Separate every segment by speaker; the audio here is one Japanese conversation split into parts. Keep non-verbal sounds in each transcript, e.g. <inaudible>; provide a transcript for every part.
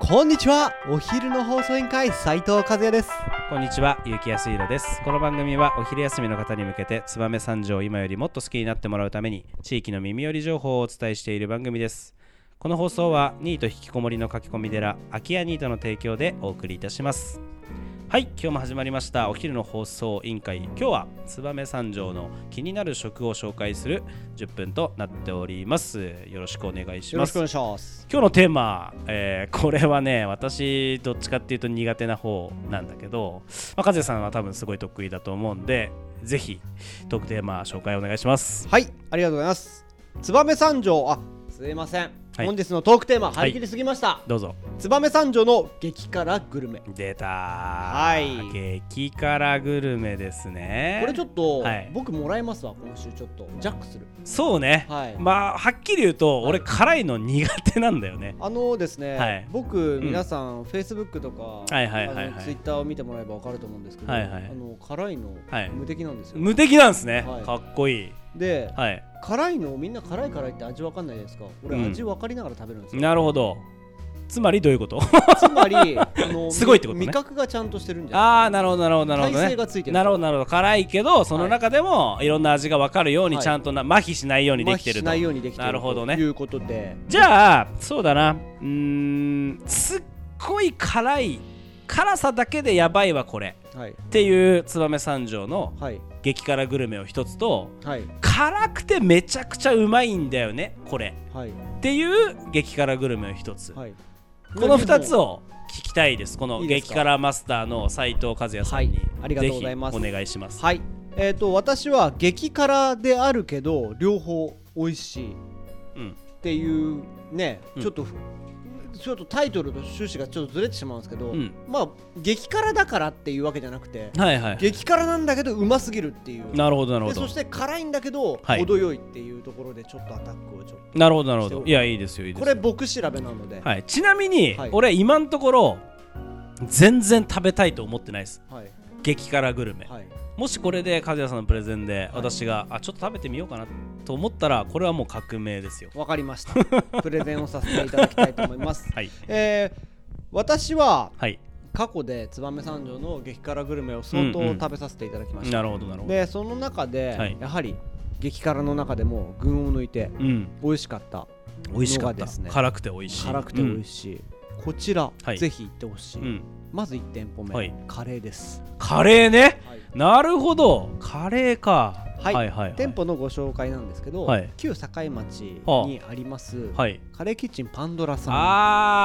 Speaker 1: こんにちはお昼の放送委員会斉藤和也です
Speaker 2: こんにちは、ゆうきやすいろです。この番組はお昼休みの方に向けて、ツバメ三条を今よりもっと好きになってもらうために、地域の耳寄り情報をお伝えしている番組です。この放送は、ニート引きこもりの書き込み寺、空き家ニートの提供でお送りいたします。はい、今日も始まりました、お昼の放送委員会。今日は、ツバメ三条の気になる食を紹介する10分となっております。よろしくお願いし
Speaker 1: よろ
Speaker 2: ま
Speaker 1: しく
Speaker 2: す
Speaker 1: お願。いします
Speaker 2: 今日のテーマ、えーこれはね私どっちかっていうと苦手な方なんだけど、まあ、和也さんは多分すごい得意だと思うんでぜひトークテーマ紹介お願いします
Speaker 1: はいありがとうございます燕三条あすいません、
Speaker 2: はい
Speaker 1: 本日のトークテーマ
Speaker 2: い
Speaker 1: 張り切りすぎました、
Speaker 2: どうぞ
Speaker 1: 燕三条の激辛グルメこ
Speaker 2: 出た
Speaker 1: い
Speaker 2: 激辛グルメですね
Speaker 1: れちょっと、
Speaker 2: はい
Speaker 1: 僕もらえますわ今週ちょっとジャックする
Speaker 2: そうね、
Speaker 1: はい
Speaker 2: まあはっきり言うと、
Speaker 1: はい
Speaker 2: 俺辛いの苦手なんだよね
Speaker 1: あのですね、
Speaker 2: はい
Speaker 1: 僕
Speaker 2: ん
Speaker 1: 皆さん、Facebook とか
Speaker 2: はいはいはいはい
Speaker 1: ツイッターを見てもらえばわかると思うんですけど、
Speaker 2: はいはい
Speaker 1: あの辛いの、
Speaker 2: はい
Speaker 1: 無敵なんですよ
Speaker 2: 無敵なんですね、
Speaker 1: はい
Speaker 2: かっこいい
Speaker 1: で、
Speaker 2: はい
Speaker 1: 辛いのみんな辛い辛いって味わかんないじゃないですか俺
Speaker 2: うん
Speaker 1: 味わかりながら食べるんですよ、
Speaker 2: なるほどつまりどういうこと
Speaker 1: つまり
Speaker 2: <laughs>
Speaker 1: あの
Speaker 2: すごいってことね
Speaker 1: 味覚がちゃんとしてるんじゃない
Speaker 2: ああなるほどなるほどなるほど
Speaker 1: 耐
Speaker 2: ね
Speaker 1: 性がついてる
Speaker 2: なるほどなるほど辛いけどその中でもいろんな味が分かるように
Speaker 1: はい
Speaker 2: ちゃんとな、麻痺しないようにできてる
Speaker 1: し
Speaker 2: と
Speaker 1: ないようにできてる
Speaker 2: なるほどね
Speaker 1: ということで
Speaker 2: じゃあそうだなうーんすっごい辛い辛さだけでやばいわこれ
Speaker 1: はい
Speaker 2: っていう燕三条の
Speaker 1: はい
Speaker 2: 激辛グルメを一つと
Speaker 1: はい
Speaker 2: 辛くてめちゃくちゃうまいんだよねこれ
Speaker 1: はい
Speaker 2: っていう激辛グルメを一つ、
Speaker 1: はい
Speaker 2: この二つを聞きたいですこの
Speaker 1: いいですか
Speaker 2: 激辛マスターの斉藤和也さん
Speaker 1: は
Speaker 2: に、
Speaker 1: いありがとうございます
Speaker 2: ぜひお願いします
Speaker 1: はいえっ、と私は激辛であるけど両方美味しいっ
Speaker 2: うん
Speaker 1: ていうね、
Speaker 2: うん
Speaker 1: ちょっとふちょっとタイトルと趣旨がちょっとずれてしまうんですけど、
Speaker 2: うん
Speaker 1: まあ激辛だからっていうわけじゃなくて
Speaker 2: はいはい
Speaker 1: 激辛なんだけどうますぎるっていう
Speaker 2: なるほどなるほ
Speaker 1: で
Speaker 2: ど
Speaker 1: そして辛いんだけど、
Speaker 2: はい
Speaker 1: 程よいっていうところでちょっとアタックをちょっ
Speaker 2: なるほどなるほ
Speaker 1: してお
Speaker 2: ど
Speaker 1: く
Speaker 2: いやいいですよいい
Speaker 1: と
Speaker 2: で
Speaker 1: こ
Speaker 2: す
Speaker 1: れ
Speaker 2: よ
Speaker 1: 僕調べなので、はい
Speaker 2: はい、ちなみに、
Speaker 1: はい
Speaker 2: 俺今のところ全然食べたいと思ってないです
Speaker 1: はい
Speaker 2: 激辛グルメ、
Speaker 1: はい、
Speaker 2: もしこれで和也さんのプレゼンで私が、あちょっと食べてみようかなと思ったらこれはもう革命ですよ
Speaker 1: わかりました <laughs> プレゼンをさせていただきたいと思います、
Speaker 2: はい
Speaker 1: えー私は
Speaker 2: はい
Speaker 1: 過去で燕三条の激辛グルメを相当
Speaker 2: うんうん
Speaker 1: 食べさせていただきました、
Speaker 2: なるほどなるほど
Speaker 1: でその中で、
Speaker 2: はい
Speaker 1: やはり激辛の中でも群を抜いて
Speaker 2: うん
Speaker 1: 美味しかった
Speaker 2: 美味しかっ
Speaker 1: のが
Speaker 2: た、
Speaker 1: ですね
Speaker 2: 辛くて美味しい
Speaker 1: 辛くて美味しい、こちら、
Speaker 2: はい
Speaker 1: ぜひ行ってほしい、
Speaker 2: うんうん
Speaker 1: まず1店舗目、
Speaker 2: はい
Speaker 1: カレーです、
Speaker 2: カレーねなるほどカレーか、
Speaker 1: はい
Speaker 2: はいはいはい
Speaker 1: 店舗のご紹介なんですけど、
Speaker 2: はい
Speaker 1: 旧堺町にあります、
Speaker 2: はい
Speaker 1: カレーキッチンパンドラさん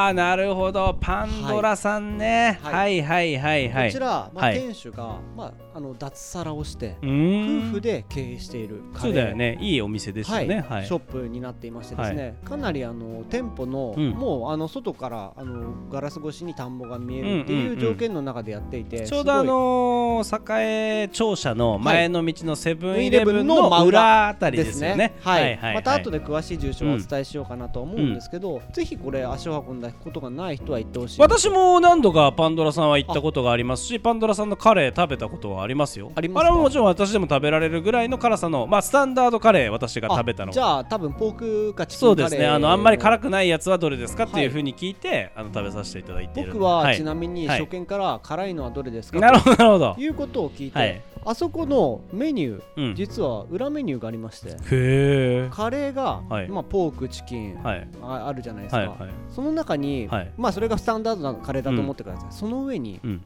Speaker 2: あーなるほどパンドラさんね、
Speaker 1: は
Speaker 2: はい、はいはいはいはい
Speaker 1: こちら、まあ
Speaker 2: はい
Speaker 1: 店主が、まあ、あの脱サラをして夫
Speaker 2: うーん
Speaker 1: 婦で経営しているカ
Speaker 2: そ
Speaker 1: レー
Speaker 2: うだよねいいお店ですよ
Speaker 1: はい
Speaker 2: ねはい、
Speaker 1: ショップになっていましてですね、かなりあの店舗の、
Speaker 2: うん
Speaker 1: もうあの外からあのガラス越しに田んぼが見えるって
Speaker 2: うん
Speaker 1: い
Speaker 2: うんう
Speaker 1: うん条件の中でやっていて、
Speaker 2: ちょうどあのー、栄庁舎の前の道のセブンイレブン
Speaker 1: はい
Speaker 2: の
Speaker 1: 真裏
Speaker 2: 裏あたりですよね。
Speaker 1: はいまた後で詳しい住所をお伝えしようかなとは思うんですけど、ぜひこれ足を運んだことがない人は行ってほしい
Speaker 2: 私も何度かパンドラさんは行ったことがありますしパンドラさんのカレー食べたことはありますよ
Speaker 1: ありますか
Speaker 2: れはもちろん私でも食べられるぐらいの辛さのまあスタンダードカレー私が食べたの
Speaker 1: あじゃあ多分ポークかチキン
Speaker 2: そ
Speaker 1: カレー
Speaker 2: うですねあのあんまり辛くないやつはどれですかっ
Speaker 1: はい
Speaker 2: ていうふうに聞いて、あの食べさせていただいている
Speaker 1: 僕は
Speaker 2: はい
Speaker 1: ちなみに
Speaker 2: はい
Speaker 1: 初見から辛いのはどれですか
Speaker 2: なるほどなるほど
Speaker 1: ということを聞いて、
Speaker 2: はい
Speaker 1: あそこのメニュー、
Speaker 2: うんへ
Speaker 1: 実は裏メニューがありまして
Speaker 2: え
Speaker 1: カレーが、
Speaker 2: はい
Speaker 1: まあ、ポークチキン、
Speaker 2: はい
Speaker 1: ああるじゃないですか、
Speaker 2: はいはい
Speaker 1: その中に、
Speaker 2: はい
Speaker 1: まあそれがスタンダードなカレーだと思ってください、その上に
Speaker 2: うん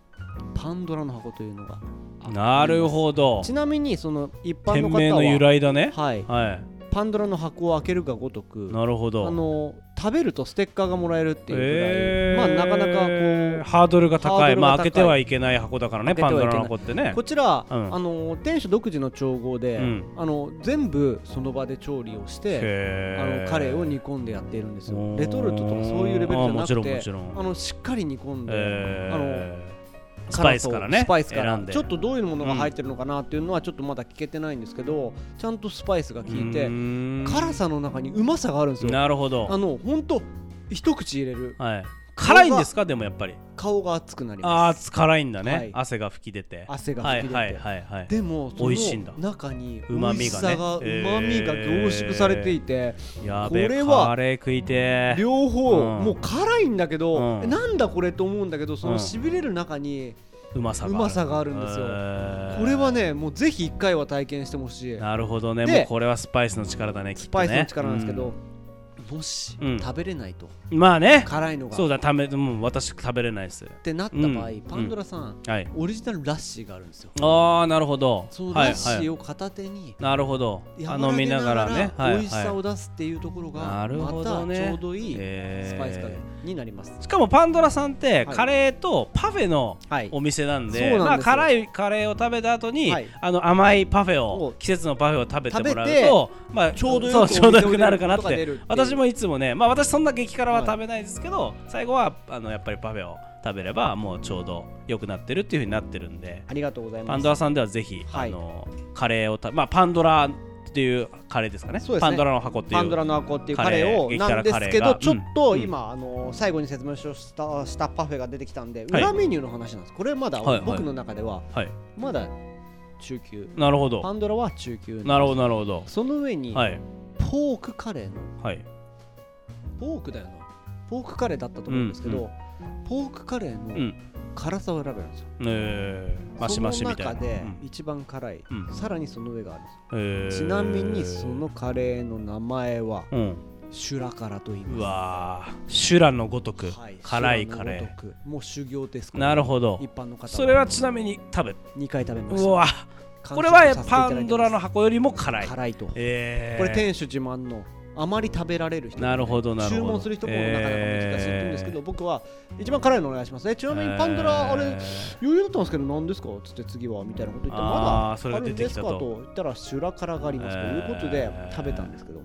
Speaker 1: パンドラの箱というのが
Speaker 2: なるほど
Speaker 1: ちなみにその一般
Speaker 2: 店
Speaker 1: の方は
Speaker 2: 名の由来だね
Speaker 1: はい、
Speaker 2: は
Speaker 1: パンドラの箱を開けるがごとく
Speaker 2: いなるほど
Speaker 1: あの食べるとステッカーがもらえるっていうぐらい、まあ、なかなかこう、
Speaker 2: えーハードルが高い
Speaker 1: ハードルが高い
Speaker 2: まあ、開けてはいけない箱だから
Speaker 1: 開
Speaker 2: ね
Speaker 1: け
Speaker 2: パ
Speaker 1: て
Speaker 2: ン
Speaker 1: はい
Speaker 2: ド
Speaker 1: け
Speaker 2: ラ
Speaker 1: ない
Speaker 2: の箱ってね
Speaker 1: こちら、
Speaker 2: うん
Speaker 1: あの店主独自の調合で、
Speaker 2: うん
Speaker 1: あの全部その場で調理をしてあ
Speaker 2: へ
Speaker 1: の
Speaker 2: ー
Speaker 1: カレーを煮込んでやっているんですよ
Speaker 2: おー
Speaker 1: レトルトとかそういうレベルじゃな
Speaker 2: あもちろ
Speaker 1: く
Speaker 2: んもち
Speaker 1: て
Speaker 2: ろん
Speaker 1: あのしっかり煮込んで、
Speaker 2: えースパ
Speaker 1: 辛
Speaker 2: イ
Speaker 1: さ
Speaker 2: ス
Speaker 1: を
Speaker 2: からね
Speaker 1: スパイスから
Speaker 2: 選んで
Speaker 1: ちょっとどういうものが入ってるのかなっていうのはちょっとまだ聞けてないんですけど、ちゃんとスパイスが効いて、
Speaker 2: うーん
Speaker 1: 辛さの中にうまさがあるんですよ
Speaker 2: なるほど
Speaker 1: あのほんと一口入れる
Speaker 2: はい辛いんですかでもやっぱり
Speaker 1: 顔が熱くなり
Speaker 2: あ
Speaker 1: ま
Speaker 2: あ
Speaker 1: す
Speaker 2: 辛いんだね、
Speaker 1: はい
Speaker 2: 汗が吹き出て
Speaker 1: 汗が吹き出て
Speaker 2: はいはいはいはい
Speaker 1: でもそ
Speaker 2: 美味しいんだ
Speaker 1: の中に美
Speaker 2: 旨味がね
Speaker 1: 味しさがう
Speaker 2: え
Speaker 1: まみ
Speaker 2: ー
Speaker 1: が凝縮されていて
Speaker 2: やべえ
Speaker 1: これは
Speaker 2: カレー食いてー
Speaker 1: 両方
Speaker 2: うん
Speaker 1: もう辛いんだけど
Speaker 2: うん
Speaker 1: えなんだこれと思うんだけどそうの
Speaker 2: ん
Speaker 1: しびれる中に
Speaker 2: うまさがあ
Speaker 1: う
Speaker 2: る
Speaker 1: まさがあるんですよ
Speaker 2: えー
Speaker 1: これはねもうぜひ一回は体験してほしい
Speaker 2: なるほどね
Speaker 1: で
Speaker 2: もうこれはスパイスの力だねきっ
Speaker 1: ス
Speaker 2: とね
Speaker 1: パイスの力なんですけど、もし
Speaker 2: うん
Speaker 1: 食べれないと
Speaker 2: うんまあね
Speaker 1: 辛いのが
Speaker 2: そう
Speaker 1: っ
Speaker 2: だためもう私食べれないです
Speaker 1: てなった場合
Speaker 2: うん
Speaker 1: パンドラさん
Speaker 2: はい
Speaker 1: オリジナルラッシーがあるんですよ
Speaker 2: ああなるほど
Speaker 1: その
Speaker 2: は
Speaker 1: ラ
Speaker 2: い
Speaker 1: ッシ
Speaker 2: はい
Speaker 1: ーを片手に
Speaker 2: なるほど
Speaker 1: 和
Speaker 2: あ
Speaker 1: ら
Speaker 2: 飲
Speaker 1: げ
Speaker 2: みな
Speaker 1: な
Speaker 2: が
Speaker 1: が
Speaker 2: らねは
Speaker 1: ら
Speaker 2: い
Speaker 1: 美味しさ
Speaker 2: は
Speaker 1: を出すっていうところ
Speaker 2: な
Speaker 1: が
Speaker 2: る
Speaker 1: ま
Speaker 2: ほ
Speaker 1: た
Speaker 2: どね
Speaker 1: ちょうどい
Speaker 2: い
Speaker 1: いスパイス加減
Speaker 2: え
Speaker 1: になります
Speaker 2: ーしかもパンドラさんって
Speaker 1: はい
Speaker 2: カレーとパフェの
Speaker 1: はい
Speaker 2: お店なんで,、
Speaker 1: そう
Speaker 2: ま
Speaker 1: な
Speaker 2: あ
Speaker 1: んですよ
Speaker 2: 辛いカレーを食べた後に、
Speaker 1: はい
Speaker 2: あの甘いパフェを
Speaker 1: を
Speaker 2: 季節のパフェを食べてもら
Speaker 1: 食べ
Speaker 2: う
Speaker 1: て
Speaker 2: と、まあ、
Speaker 1: ちょうどよく
Speaker 2: そ
Speaker 1: お
Speaker 2: ちょうどよ
Speaker 1: 店を
Speaker 2: くなるかなっ
Speaker 1: 出るって
Speaker 2: て
Speaker 1: いう
Speaker 2: 私もいつもねまあ私そんな激辛は
Speaker 1: はい
Speaker 2: 食べないですけど、最後はあのやっぱりパフェを食べればもうちょうどよくなってるっていうふうになってるんで
Speaker 1: ありがとうございます
Speaker 2: パンドラさんではぜひ、
Speaker 1: はい
Speaker 2: あのカレーをたまあパンドラっていうカレーですかね
Speaker 1: そうですね
Speaker 2: パンドラの箱っていう
Speaker 1: パンドラの箱っていうカレーを
Speaker 2: カレー
Speaker 1: なんですけ
Speaker 2: 激辛カレーが
Speaker 1: どちょっと
Speaker 2: うん
Speaker 1: 今あの最後に説明ししたしたパフェが出てきたんで
Speaker 2: はい
Speaker 1: 裏メニューの話なんですこれまだ
Speaker 2: はいはい
Speaker 1: 僕の中では
Speaker 2: はい
Speaker 1: まだ中級
Speaker 2: なるほど
Speaker 1: パンドラは中級
Speaker 2: なるほどなるほど
Speaker 1: その上に
Speaker 2: はい
Speaker 1: ポークカレーの
Speaker 2: はい
Speaker 1: ポークだよなポークカレーだったと思うんですけどポークカレー
Speaker 2: う
Speaker 1: の
Speaker 2: ん
Speaker 1: 辛さを選べるんですよ
Speaker 2: えー、マシ
Speaker 1: そ
Speaker 2: マ
Speaker 1: の
Speaker 2: シみたいな
Speaker 1: 中で
Speaker 2: うん
Speaker 1: 一番辛い
Speaker 2: うん
Speaker 1: さらにその上があるんです
Speaker 2: えー
Speaker 1: ちなみにそのカレーの名前は
Speaker 2: うん
Speaker 1: シュラカラと言いうま
Speaker 2: わーシュラのごとく、
Speaker 1: すはい
Speaker 2: 辛い
Speaker 1: 修羅の
Speaker 2: カレ
Speaker 1: ごとくもう修行です
Speaker 2: ー
Speaker 1: から
Speaker 2: なるほど
Speaker 1: 一般の方
Speaker 2: それはちなみに食べ
Speaker 1: 2回食べまし
Speaker 2: う
Speaker 1: た
Speaker 2: わ
Speaker 1: 完食
Speaker 2: これ
Speaker 1: させ
Speaker 2: は
Speaker 1: ていただ
Speaker 2: パ
Speaker 1: いてます
Speaker 2: ンドラの箱よりも辛い
Speaker 1: 辛いとこ
Speaker 2: えー、
Speaker 1: れ店主自慢のあまり食べられる人
Speaker 2: なるほどなるほど
Speaker 1: 注文する人もなかなか難しいって言うんですけど僕は一番辛いのお願いしますねちなみにパンドラあ
Speaker 2: え
Speaker 1: れ
Speaker 2: ー
Speaker 1: 余裕だったんですけど何ですかつって次はみたいなこと言って
Speaker 2: あー
Speaker 1: ま
Speaker 2: それが
Speaker 1: だあ
Speaker 2: 出
Speaker 1: るん
Speaker 2: て
Speaker 1: で
Speaker 2: き
Speaker 1: す
Speaker 2: た
Speaker 1: か
Speaker 2: と
Speaker 1: と言ったら修羅からがありますということで食べたんですけど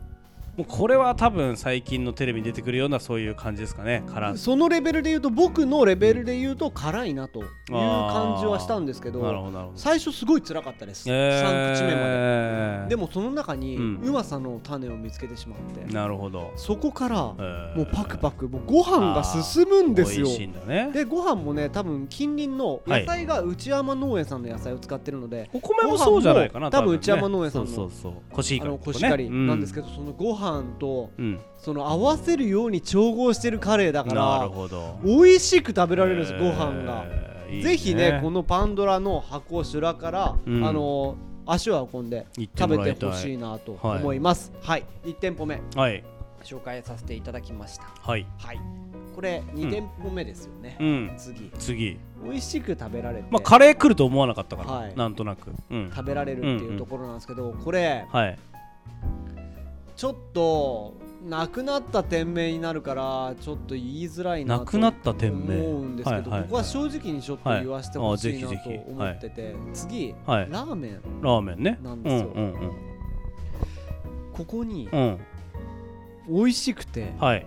Speaker 2: もうこれは多分最近のテレビに出てくるようなそういう感じですかね辛
Speaker 1: そのレベルで言うと僕のレベルで言うと辛いなという感じはしたんですけ
Speaker 2: なる
Speaker 1: ど
Speaker 2: ほどなるほど
Speaker 1: 最初すごい辛かったです3口目まででもその中に
Speaker 2: うん
Speaker 1: うまさの種を見つけてしまって
Speaker 2: なるほど、
Speaker 1: そこからも
Speaker 2: えー
Speaker 1: うパクパクもうご飯が進むんですよ
Speaker 2: 美味しいんだね
Speaker 1: でご飯もね多分近隣の野菜が内山農園さんの野菜を使ってるので、
Speaker 2: お米もそうじゃないかな
Speaker 1: ご飯も多
Speaker 2: ね
Speaker 1: 分内山農園さんの
Speaker 2: そうそうそうコシヒ
Speaker 1: あ
Speaker 2: カリ
Speaker 1: のコ
Speaker 2: とかね
Speaker 1: シヒカリなんです
Speaker 2: け
Speaker 1: けど、そのご飯と
Speaker 2: ど、うん
Speaker 1: その合わせるように調合してるカレーだか
Speaker 2: なる
Speaker 1: ら
Speaker 2: ほど
Speaker 1: 美味しく食べられるんですご飯が、
Speaker 2: えーいい
Speaker 1: ぜひねこのパンドラの箱修羅から、
Speaker 2: うん
Speaker 1: あの足を運んで
Speaker 2: 行っても
Speaker 1: 食
Speaker 2: ら
Speaker 1: べ
Speaker 2: いたい
Speaker 1: てほしいなと思いますはい、1店舗目
Speaker 2: はい
Speaker 1: 紹介させていただきました
Speaker 2: はい
Speaker 1: はいこれ2店舗目ですよね、
Speaker 2: うん
Speaker 1: 次
Speaker 2: 次
Speaker 1: 美味しく食べられて、
Speaker 2: まあカレー来ると思わなかったから、
Speaker 1: はい
Speaker 2: なんとなくうん
Speaker 1: 食べられるっていうところなんですけど、これ
Speaker 2: はい
Speaker 1: ちょっとなくなった店名になるからちょっと言いづらいな
Speaker 2: な
Speaker 1: と
Speaker 2: くなった店
Speaker 1: 思
Speaker 2: 名
Speaker 1: うんですけど、
Speaker 2: はいはい
Speaker 1: 僕は正直にちょっと言わせてほしいな
Speaker 2: はいあ
Speaker 1: と
Speaker 2: ぜひぜひ
Speaker 1: 思ってて、次、
Speaker 2: はい
Speaker 1: ラーメン
Speaker 2: ラーメンね
Speaker 1: なんですよ
Speaker 2: うんうん
Speaker 1: ここに
Speaker 2: うんうん
Speaker 1: 美味しくて
Speaker 2: はい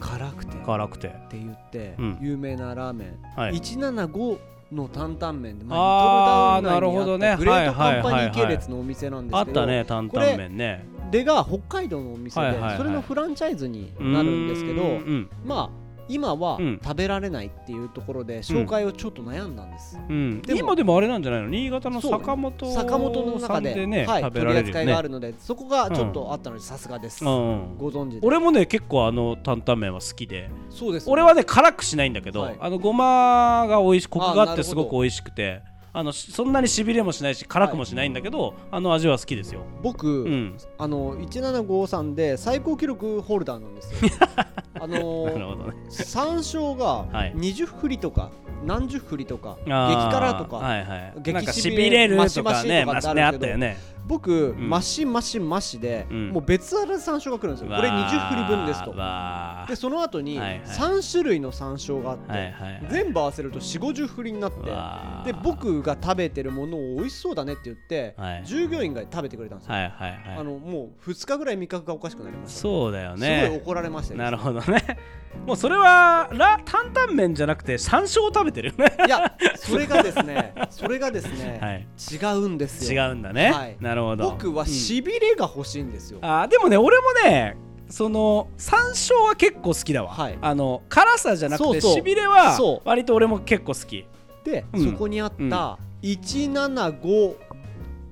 Speaker 1: 辛くてっ
Speaker 2: 辛くて
Speaker 1: て言って、
Speaker 2: うん
Speaker 1: 有名なラーメン、
Speaker 2: はい
Speaker 1: 175の担々麺で、
Speaker 2: あー
Speaker 1: リトルダウン内にあ
Speaker 2: なるほどね
Speaker 1: ったグレート
Speaker 2: はい
Speaker 1: カン
Speaker 2: はいはい
Speaker 1: パ
Speaker 2: はい
Speaker 1: ニー系列のお店なんです
Speaker 2: あっ
Speaker 1: けど、
Speaker 2: たね担々麺ね
Speaker 1: でが北海道のお店で、
Speaker 2: はいはいはい
Speaker 1: それのフランチャイズになるんですけど、
Speaker 2: うーん
Speaker 1: まあ今は
Speaker 2: うん
Speaker 1: 食べられないっていうところで紹介をちょっと悩んだんです、
Speaker 2: うんうん
Speaker 1: でも
Speaker 2: 今でもあれなんじゃないの新潟の
Speaker 1: そう
Speaker 2: 坂本
Speaker 1: 坂本の
Speaker 2: さ
Speaker 1: 中
Speaker 2: ん
Speaker 1: で
Speaker 2: でね
Speaker 1: はい、
Speaker 2: 食べ
Speaker 1: 取
Speaker 2: ら
Speaker 1: り
Speaker 2: れるよ
Speaker 1: 扱いがあ
Speaker 2: ね
Speaker 1: るのでそこがちょっとあったのでさすがです、
Speaker 2: うんうん
Speaker 1: ご存知で
Speaker 2: 俺もね結構あの担々麺は好きで
Speaker 1: そうです
Speaker 2: 俺はね辛くしないんだけど、
Speaker 1: はい
Speaker 2: あのごまが美味しコクがあ
Speaker 1: あ
Speaker 2: っ
Speaker 1: な
Speaker 2: て
Speaker 1: るほど
Speaker 2: すごく美味しくてあのしそんなにしびれもしないし辛くもしないんだけど、あの味は好きですよ、
Speaker 1: 僕、
Speaker 2: うん
Speaker 1: あの1753で最高記録ホルダーなんです
Speaker 2: <laughs>
Speaker 1: よあ
Speaker 2: なる
Speaker 1: のー
Speaker 2: ほどね
Speaker 1: 山椒が
Speaker 2: はい
Speaker 1: 20振りとか何十振りとか激
Speaker 2: あー
Speaker 1: 辛とか、
Speaker 2: はいはい
Speaker 1: 激
Speaker 2: なんかし
Speaker 1: しび
Speaker 2: び
Speaker 1: れ
Speaker 2: れる
Speaker 1: マシ
Speaker 2: と
Speaker 1: マシ
Speaker 2: かね
Speaker 1: とか
Speaker 2: マ
Speaker 1: って
Speaker 2: シ
Speaker 1: あ
Speaker 2: ね
Speaker 1: る
Speaker 2: あ
Speaker 1: け
Speaker 2: っ
Speaker 1: ど
Speaker 2: たよね
Speaker 1: 僕、
Speaker 2: ん
Speaker 1: マシマシマシで、
Speaker 2: うん
Speaker 1: もう別ある山椒が来るんですよこれ20振り分ですと
Speaker 2: わーわー
Speaker 1: でその後に
Speaker 2: はいはい
Speaker 1: 3種類の山椒があって、
Speaker 2: はいはいはい
Speaker 1: 全部合わせると4 5 0振りになって
Speaker 2: わー
Speaker 1: で僕が食べてるものを美味しそうだねって言って、
Speaker 2: はい
Speaker 1: 従業員が食べてくれたんですよ、
Speaker 2: はいはい
Speaker 1: あ
Speaker 2: はい
Speaker 1: のもう2日ぐらい味覚がおかしくなりまし
Speaker 2: そうだよ
Speaker 1: た、すごい
Speaker 2: ね
Speaker 1: 怒られましたよ
Speaker 2: なるほどねもうそれはラ担々麺じゃなくて山椒を食べてるよね
Speaker 1: いやそれがですねそれがですね、
Speaker 2: はい
Speaker 1: 違うんです
Speaker 2: 違
Speaker 1: よ
Speaker 2: うんだね、
Speaker 1: はい
Speaker 2: なるほど
Speaker 1: 僕は
Speaker 2: うん
Speaker 1: しびれが欲しいんですよ、
Speaker 2: あーでもね俺もねその山椒は結構好きだわ、
Speaker 1: はい
Speaker 2: あの辛さじゃなく
Speaker 1: そ
Speaker 2: て
Speaker 1: うそう
Speaker 2: しびれは
Speaker 1: そ
Speaker 2: 割と俺も結構好き
Speaker 1: で、
Speaker 2: うん
Speaker 1: そこにあった175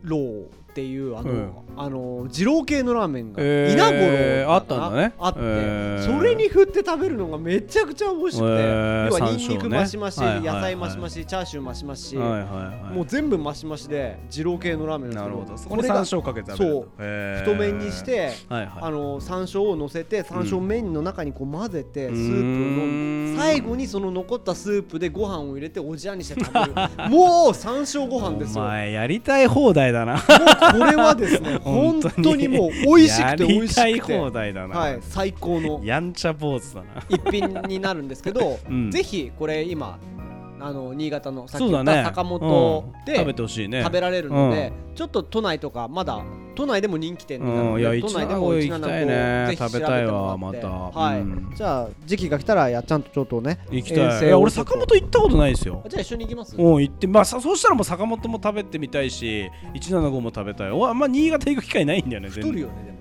Speaker 1: ローっていうあの、
Speaker 2: うん
Speaker 1: あの二郎系のラーメンが、
Speaker 2: えー
Speaker 1: 稲五郎だ
Speaker 2: あったんだね
Speaker 1: あって、
Speaker 2: えー
Speaker 1: それに振って食べるのがめちゃくちゃ美味しくて、
Speaker 2: えー
Speaker 1: 要はニンニク増し増し、
Speaker 2: 山椒ねはいはいはい
Speaker 1: 野菜増し増しチャーシュー増し増し、
Speaker 2: はいはいはい
Speaker 1: もう全部増し増しで二郎系のラーメン
Speaker 2: なるほどそこ
Speaker 1: こ
Speaker 2: に
Speaker 1: れ
Speaker 2: 山
Speaker 1: が
Speaker 2: 椒かけて食べる
Speaker 1: そう太麺にし、
Speaker 2: へ
Speaker 1: て、
Speaker 2: ーはいはい、
Speaker 1: あの山椒を乗せて山椒麺の中にこう混ぜて、
Speaker 2: うん
Speaker 1: スープを飲
Speaker 2: うーん
Speaker 1: む最後にその残ったスープでご飯を入れておじやにして食べる
Speaker 2: <laughs>
Speaker 1: もう山椒ご飯ですよ
Speaker 2: お
Speaker 1: もう
Speaker 2: 前やりたい放題だな
Speaker 1: これはです
Speaker 2: <laughs>
Speaker 1: ね本当にもう美味しくて美味
Speaker 2: や
Speaker 1: し
Speaker 2: り
Speaker 1: く
Speaker 2: たい放
Speaker 1: て、
Speaker 2: 題だな、
Speaker 1: はい、最高の
Speaker 2: やんちゃ坊主だな
Speaker 1: 一品になるんですけど、
Speaker 2: うん
Speaker 1: ぜひこれ今あの新潟のさっき言った坂本
Speaker 2: うん
Speaker 1: で
Speaker 2: 食べてほしいね
Speaker 1: 食べられるので、ちょっと都内とかまだ都内でも人気店になるの
Speaker 2: うんい
Speaker 1: で、
Speaker 2: や
Speaker 1: 都内でも
Speaker 2: 一七五行きた
Speaker 1: 175
Speaker 2: いね
Speaker 1: ぜひ調べて
Speaker 2: 食べたいわ
Speaker 1: もらって
Speaker 2: また
Speaker 1: はい、
Speaker 2: うん
Speaker 1: じゃあ時期が来たらやっちゃんとちょっとね
Speaker 2: 行きた
Speaker 1: 遠
Speaker 2: い
Speaker 1: 征
Speaker 2: いや俺
Speaker 1: ちょっと
Speaker 2: 坂本行ったことないですよ
Speaker 1: あじゃあ一緒に行きます
Speaker 2: うん行ってまあさそうしたらもう坂本も食べてみたいし175も食べたいおあんま新潟行く機会ないんだよね
Speaker 1: 太る
Speaker 2: よ
Speaker 1: よね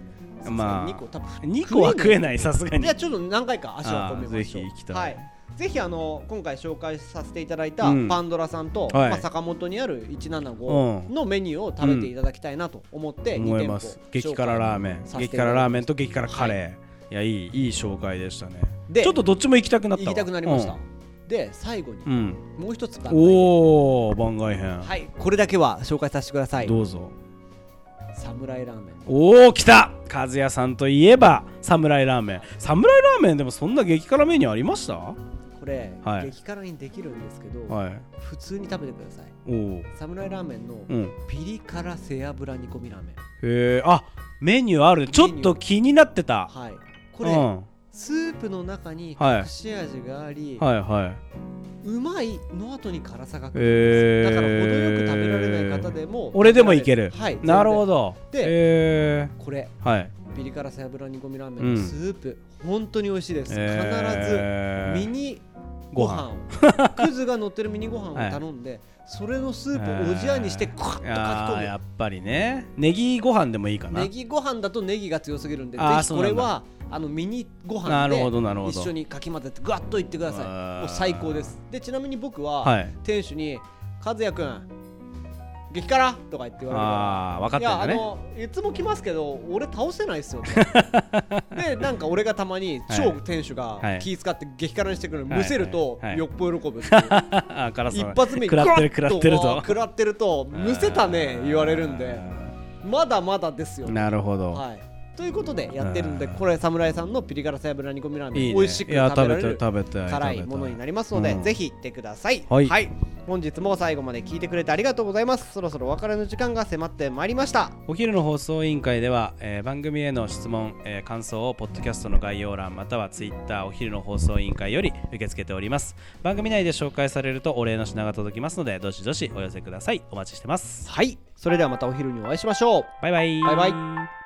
Speaker 1: でもね
Speaker 2: まあ
Speaker 1: 2個多分
Speaker 2: 2個は食えないさすが
Speaker 1: い
Speaker 2: に
Speaker 1: やちょっと何回か足を運びましょう
Speaker 2: あーぜひ行きたい
Speaker 1: はい、ぜひあの今回紹介させていただいた
Speaker 2: うん
Speaker 1: パンドラさんと、
Speaker 2: はい
Speaker 1: まあ、坂本にある
Speaker 2: う
Speaker 1: 175
Speaker 2: ん
Speaker 1: のメニューを食べていただきたいなと思って2
Speaker 2: 思い
Speaker 1: 店舗
Speaker 2: ます激辛ラーメン
Speaker 1: させ
Speaker 2: 激
Speaker 1: ていただきま
Speaker 2: 辛
Speaker 1: す
Speaker 2: ラーメンと激辛カレー、い、やいいいい紹介でしたね
Speaker 1: で
Speaker 2: ちょっとどっちも行きたくなったわ
Speaker 1: 行きたくなりました、
Speaker 2: う
Speaker 1: で最後に
Speaker 2: ん、うん
Speaker 1: もう一つ番外編
Speaker 2: おお番外編、
Speaker 1: はいこれだけは紹介させてください
Speaker 2: どうぞ
Speaker 1: サムライラーメン
Speaker 2: おお来た和也さんといえば侍ラーメン侍ラーメンでもそんな激辛メニューありましたは
Speaker 1: これ、
Speaker 2: はい
Speaker 1: 激辛にできるんですけど、
Speaker 2: い
Speaker 1: 普通に食べてください
Speaker 2: おお
Speaker 1: サムライラーメンの
Speaker 2: うん
Speaker 1: ピリ辛背脂煮込みラーメン、
Speaker 2: へえあメニューあるちょっと気になってた
Speaker 1: はいこれ、
Speaker 2: うん
Speaker 1: スープの中に
Speaker 2: はい
Speaker 1: 隠し味があり、
Speaker 2: はいは
Speaker 1: うまいの後に辛さが来る
Speaker 2: い
Speaker 1: んです、だから程よく
Speaker 2: へー
Speaker 1: 食べられない方でも
Speaker 2: 俺でもいける
Speaker 1: はい
Speaker 2: なるほ
Speaker 1: ど
Speaker 2: ど
Speaker 1: で
Speaker 2: へ
Speaker 1: これ
Speaker 2: えはい
Speaker 1: ピリ辛背脂煮込みラーメン
Speaker 2: うん
Speaker 1: のスープ、本当に美味しいです必ず
Speaker 2: えー
Speaker 1: ミニご飯をクズが乗ってるミニご飯を頼んで、それのスープをおじやにしてクワッと
Speaker 2: あ
Speaker 1: か
Speaker 2: ー
Speaker 1: き
Speaker 2: や
Speaker 1: 込
Speaker 2: っぱりねネギご飯でもいいか
Speaker 1: む
Speaker 2: な
Speaker 1: ネギご飯だとネギが強すぎるんでぜ
Speaker 2: あー
Speaker 1: ひこれはあのミニご
Speaker 2: な
Speaker 1: 飯
Speaker 2: る
Speaker 1: で
Speaker 2: ほどなるほど
Speaker 1: 一緒にかき混ぜてグワッといってください
Speaker 2: あー
Speaker 1: もう最高ですでちなみに僕は、
Speaker 2: はい
Speaker 1: 店主に「和也くん激辛?」とか言って言わ
Speaker 2: ああ分か
Speaker 1: れ
Speaker 2: って
Speaker 1: て「いやあ
Speaker 2: んだね
Speaker 1: のいつも来ますけど俺倒せない
Speaker 2: <laughs>
Speaker 1: ですよ」とでなんか俺がたまに超
Speaker 2: はい
Speaker 1: 店主が
Speaker 2: はい
Speaker 1: 気使って激辛にしてくるの
Speaker 2: はい
Speaker 1: むせると
Speaker 2: はい
Speaker 1: よっぽ喜ぶっていう
Speaker 2: <laughs> あ辛
Speaker 1: <laughs>
Speaker 2: さ
Speaker 1: 一発目に
Speaker 2: 食らってる食
Speaker 1: グ
Speaker 2: ら
Speaker 1: ワッ
Speaker 2: ってる
Speaker 1: と
Speaker 2: と
Speaker 1: 食らってるとむせたね言われるんでまだまだですよ
Speaker 2: なるほど、
Speaker 1: はいということでやってるんで
Speaker 2: うん
Speaker 1: これ侍さんのピリ辛背脂煮込みラーメン
Speaker 2: いいね
Speaker 1: 美味しく
Speaker 2: いや
Speaker 1: 食べられ
Speaker 2: 食べ
Speaker 1: る
Speaker 2: たい食べたい
Speaker 1: 辛いものになりますの
Speaker 2: う
Speaker 1: で
Speaker 2: ん
Speaker 1: ぜひ行ってください
Speaker 2: はい
Speaker 1: 本日も最後まで聞いてくれてありがとうございますそろそろお別れの時間が迫ってまいりました
Speaker 2: お昼の放送委員会では、えー番組への質問、えー感想をポッドキャストの概要欄またはツイッターお昼の放送委員会より受け付けております番組内で紹介されるとお礼の品が届きますのでどしどしお寄せくださいお待ちしてます
Speaker 1: はいそれではまたお昼にお会いしましょう
Speaker 2: バイバイ
Speaker 1: バイバ
Speaker 2: イ